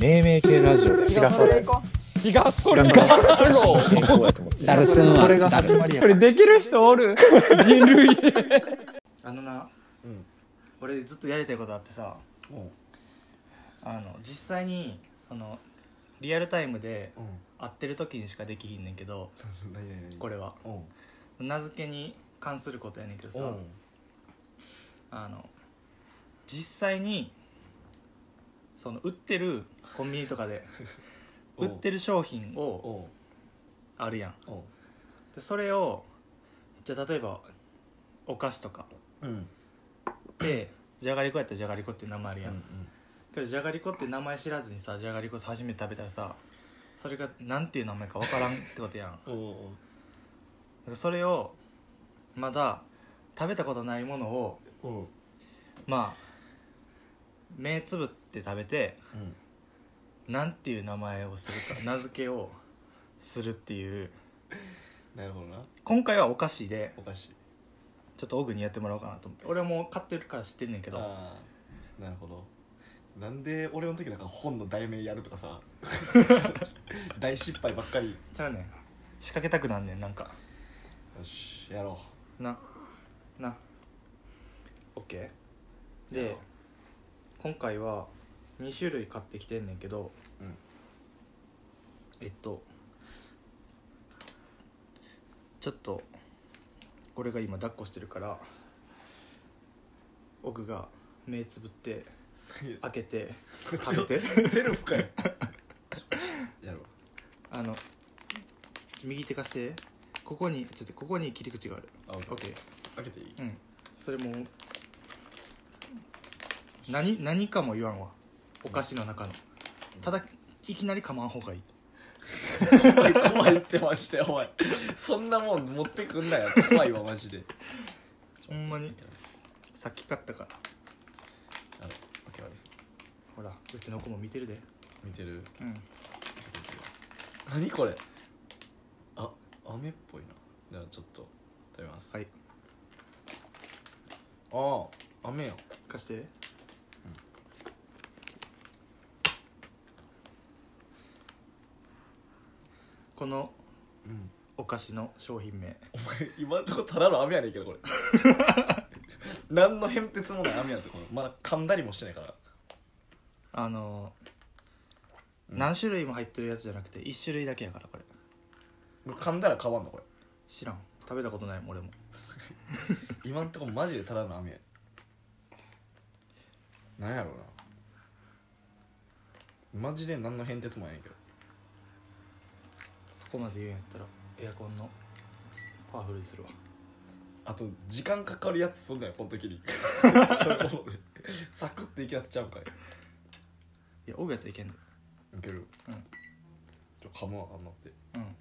命名系ラジオだよ違うそれ行こ違うそれ違うか健康やと思ってダルスンはこれがダル始まりやこれできる人おる人類あのな、うん俺ずっとやりたいことあってさおうあの実際にそのリアルタイムでうん会ってる時にしかできひんねんけど何々何々これはうん名付けに関することやねんけどさ、うんあの実際にその売ってるコンビニとかで お売うってる商品をおうあるやんおうでそれをじゃあ例えばお菓子とかうんでじゃがりこやったらじゃがりこっていう名前あるうんやうんんけどじゃがりこって名前知らずにさじゃがりこ初めて食べたらさそれがなんていう名前か分からんってことやん だかおうおうらそれをまだ食べたことないものをおうまあ目つぶって食べてうんなんていう名前をするか名付けをするっていうなるほどな今回はお菓子でおかしいちょっとオグにやってもらおうかなと思って俺はもう買ってるから知ってんねんけどああなるほどなんで俺の時なんか本の題名やるとか さ大失敗ばっかりじゃあねん仕掛けたくなんねんなんかよしやろななオッケーで今回は2種類買ってきてんねんけど、うんえっとちょっと俺が今抱っこしてるから奥が目つぶって開けて食べて うセルフかよやろうあの右手貸してここにちょっとここに切り口があるあオッケー開けていいうんそれも何何かも言わんわお菓子の中のただいきなり噛まん方がいい怖い怖いってましてお前そんなもん持ってくんなよ怖いわマジ でほんまにさっき買ったからあのオッケーオッケほらうちの子も見てるでー見てるうん何これあ飴っぽいなじゃあちょっと食べますはいああ飴や貸して、このうんお菓子の商品名 今のとこただの雨やねんけ どこれ何の変哲もない雨やってこれまだ噛んだりもしてないからあのうん何種類も入ってるやつじゃなくて1種類だけやからこれ噛んだら変わんのこれ知らん食べたことないもん俺も今んとこマジでただの雨やなんやろうなマジで何の変哲もないねんけどそこまで言うんやったらエアコンのパワフルにするわあと時間かかるやつそんなんやこの時 にサクッといきやつちゃうんかいいやオグやったらいけんのいけるうんちょ噛むわあんなってうん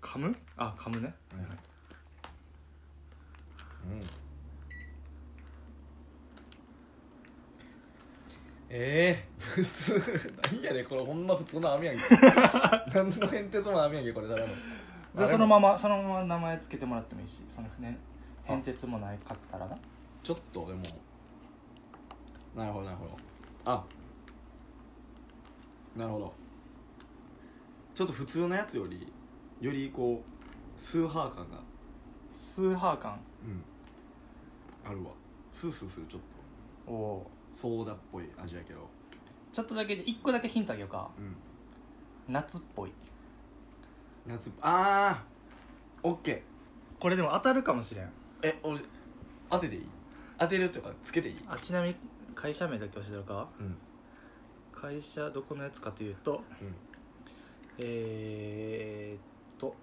噛むあ噛むねうんええ普通何やねんこれほんま普通の網やんけ 何の変哲も網やんけこれただのじゃあそのままそのまま名前つけてもらってもいいしそのねあ変哲もないかったらなちょっとでもなるほどなるほどあなるほどちょっと普通のやつよりよりこうスーハー感がスーハー感うんあるわスースーするちょっおおとソーダっぽい味やけどちょっとだけで1個だけヒントあげようかうん夏っぽい夏ああオッケーこれでも当たるかもしれんえ俺当てていい当てるというかつけていいあちなみに会社名だけ教えてるかうん会社どこのやつかというとうんえー、っと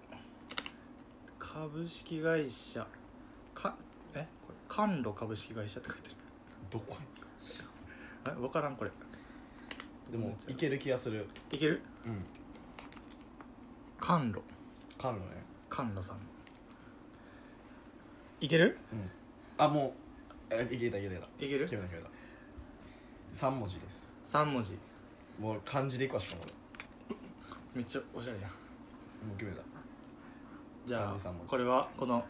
株式会社かえこれ関路株式会社って書いてどこあれ分からんこれでもいける気がするいけるうん関路缶のね関路さんいけるうんあもうえいけたいけたいけたいける決めた決めた三文字です3文字もう漢字でいくわしかも俺めっちゃおしゃれじゃんもう決めたじゃ漢字あ三文字これはこの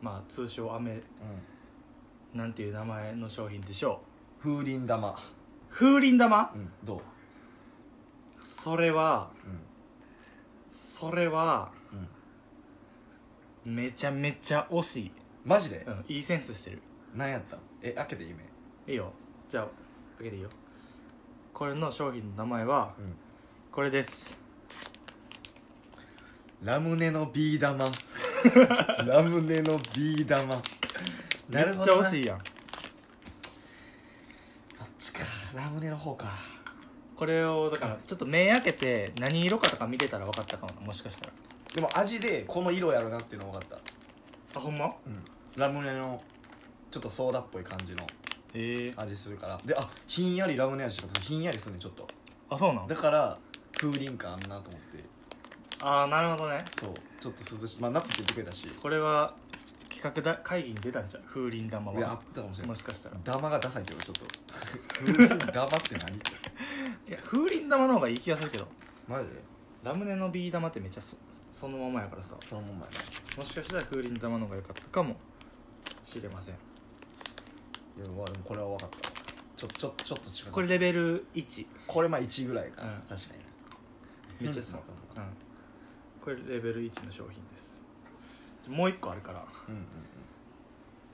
まあ通称アメうんなんていう名前の商品でしょ風鈴玉う風鈴玉うんどうそれはうそれはんうんめちゃめちゃ惜しい、マジでうん、いいセンスしてる何やったんえ開けていい目いいよじゃあ開けていいよこれの商品の名前はうんこれですラムネのビー 玉ラムネのビー玉なるほどなめっちゃ惜しいやんそっちかラムネの方かこれをだからちょっと目開けて何色かとか見てたら分かったかもなもしかしたらでも味でこの色やろなっていうの分かった、あほんまうん、ラムネのちょっとソーダっぽい感じのええ味するからであひんやりラムネ味とかひんやりするねんちょっとあそうなのだから風鈴感あんなと思ってああなるほどねそうちょっと涼しいまあ夏って言ってくれたしこれは企画だ会議に出たんじゃう風鈴玉いやあっはたかもしれなもいしかしたらダマがダサいけどちょっ と風鈴ダマって何いや風鈴玉の方がいい気がするけどマジでラムネのビー玉ってめっちゃそそのままやからさそのもんまやなもしかしたら風鈴玉の方が良かったかもしれませんいやまあでもこれは分かったわちょちょちょっと近くこれレベル1これまあ1ぐらいか、うん確かにめっちゃそう、う、うんこれレベル1の商品ですじゃもう1個あるからうんうん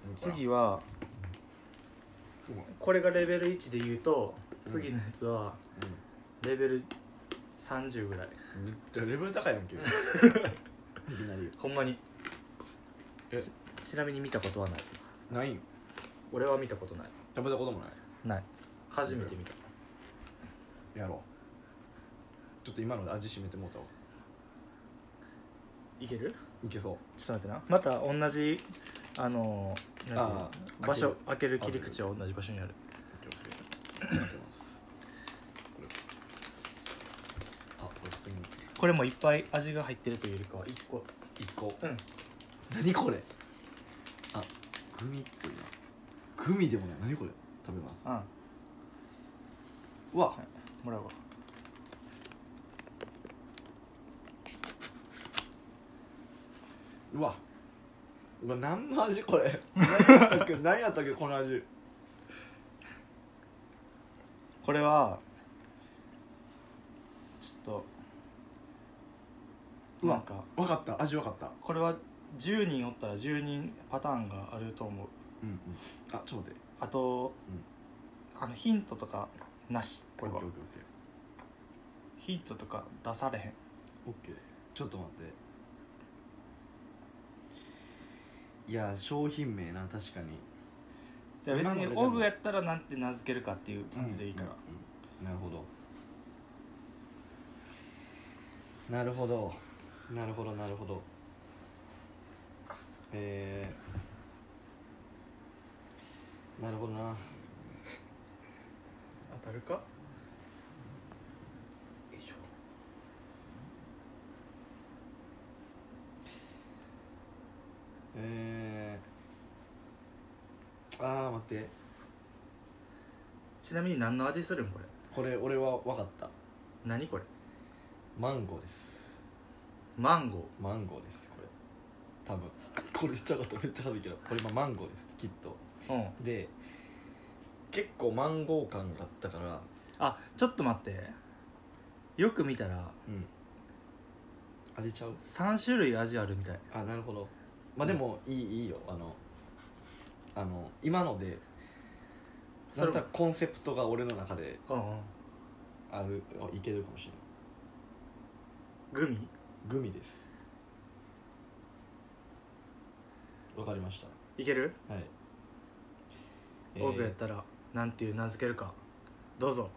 うん次はすごいこれがレベル1で言うとうん次のやつはレベル30ぐらいうんめっちゃレベル高いやん けいきなりほんまにえちなみに見たことはないないん俺は見たことない食べたこともないない初めて見たやろうちょっと今ので味しめてもうたわいけるいけそちょっと待ってなまた同じあのーなんていうのあー場所開開けけるる切り口は同じ場所にあうるオッケーオッケー開けますこれあこれ次にこれもいっぱい味が入ってるというよりかは1個一個うん何これあグミっぽいなグミでもない何これ食べますうんうわもらうわうわうわ何の味これ何やったっけ何やったっけこの味これはちょっとうなわんか分かった味分かったこれは10人おったら10人パターンがあると思ううんうんあちょっと待ってあと、あのヒントとかなしこれはオッケーオッケヒントとか出されへんーオッケーオッケーちょっと待っていや商品名な確かにで別今のにででもオグやったらなんて名付けるかっていう感じでいいから、うんなるほどなるほどなるほどなるほどえー、なるほどな当たるかよいしょえー、あー待ってちなみに何の味するんこれこれ俺は分かった何これマンゴーですマンゴーマンゴーですこれ多分 これ言っちゃうことめっちゃはずいけどこれまあマンゴーですきっとうんで結構マンゴー感があったからあちょっと待ってよく見たらうん味ちゃう3種類味あるみたいあなるほどまあでも、いいいいよあのあの今のでそなれんかコンセプトが俺の中でうんうんあるあいけるかもしれないグミグミですわかりましいける、たはいえーオグやったらなんていう名付けるかどうぞ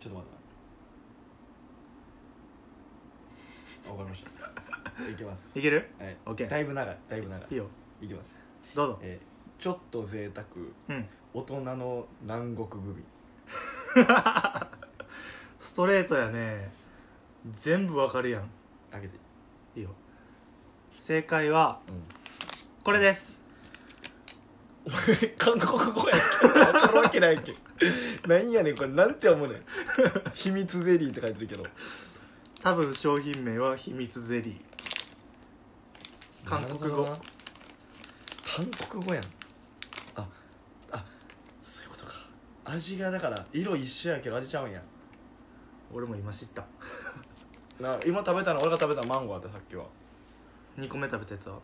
ちょっと待ってなわかりま したいけますいけるはい、オッケーだいぶ長いだいぶ長いいいよいきます、どうぞえーちょっと贅沢うん大人の南国グミストレートやね全部わかるやん開けていいよ正解はうんこれです 韓国語やっけ分かるわけないやっけなん やねんこれなんて思うね ん秘密ゼリーって書いてるけど多分商品名は秘密ゼリー韓国語なるほどな韓国語やんああそういうことか味がだから色一緒やけど味ちゃうんや俺も今知ったな今食べたの俺が食べたマンゴーだったさっきは2個目食べたやつは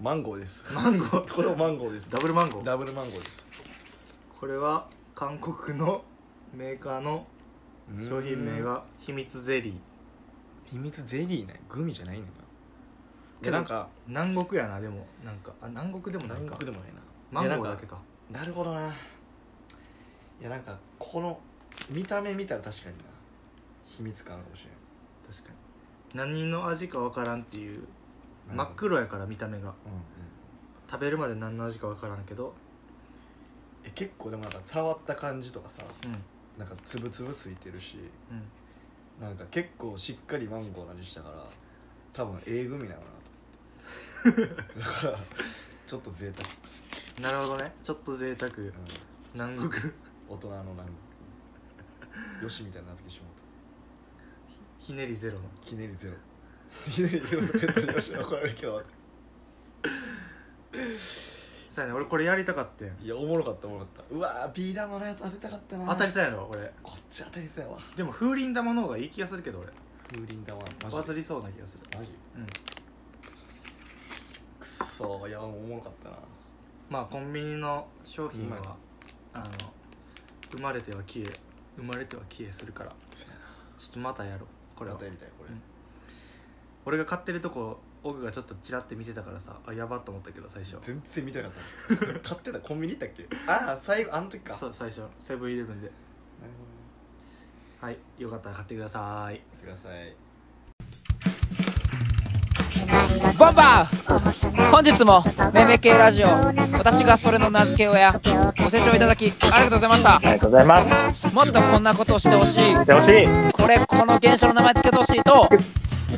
マンゴーですマンゴ ーこれもマンゴーですダブルマンゴーダブルマンゴーですこれは韓国のメーカーの商品名が秘密ゼリー秘密ゼリーねグミじゃないねんなけでどなんか南国やなでもなんかあ南国でもない南か国でもないなマンゴいやーだなんけかかなるほどないやなんかこの見た目見たら確かにな秘密感あるかもしれ確かに何の味かわからんっていうない真っ黒やから見た目がうんうん食べるまで何の味かわからんけどえ結構でもなんか触った感じとかさうんなんかつぶつぶついてるしうんなんか結構しっかりマンゴーの味したから多分 A 組なのか なと思ってだからちょっと贅沢、なるほどねちょっと贅沢う南 国ん、大人のなんかよしみたいな名付けしてもらっひねりゼロのたひねりゼロひねりゼロとか言ったらよし怒られるけどそうやね俺これやりたかったんいやおもろかったおもろかったうわービー玉のやつ当てたかったな当たりそうやろ俺こっち当たりそうやわでも風鈴玉の方がいい気がするけど俺風鈴玉バマズジりそうな気がするマジうんくそいやおもろかったなまあコンビニの商品はうまいあの生まれては消え生まれては消えするからちょっとまたやろうここれれは当たりたいこれ、うん俺が買ってるとこ奥がちょっとチラって見てたからさあやばっと思ったけど最初全然見たかった 買ってたコンビニ行ったっけああ最後あの時かそう最初セブンイレブンでなるほどねはいよかったら買ってくださいくださいボンバー本日もめめ系ラジオ私がそれの名付け親ご清聴いただきありがとうございましたありがとうございます。もっとこんなことをしてほしいでほしい。これこの現象の名前つけてほしいと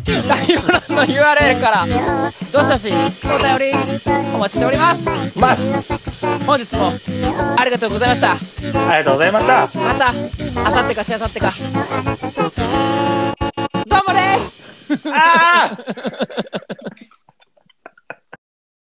概要欄の URL からどしどしお便りお待ちしておりますます。本日もありがとうございましたありがとうございました。また明後日かしあさってか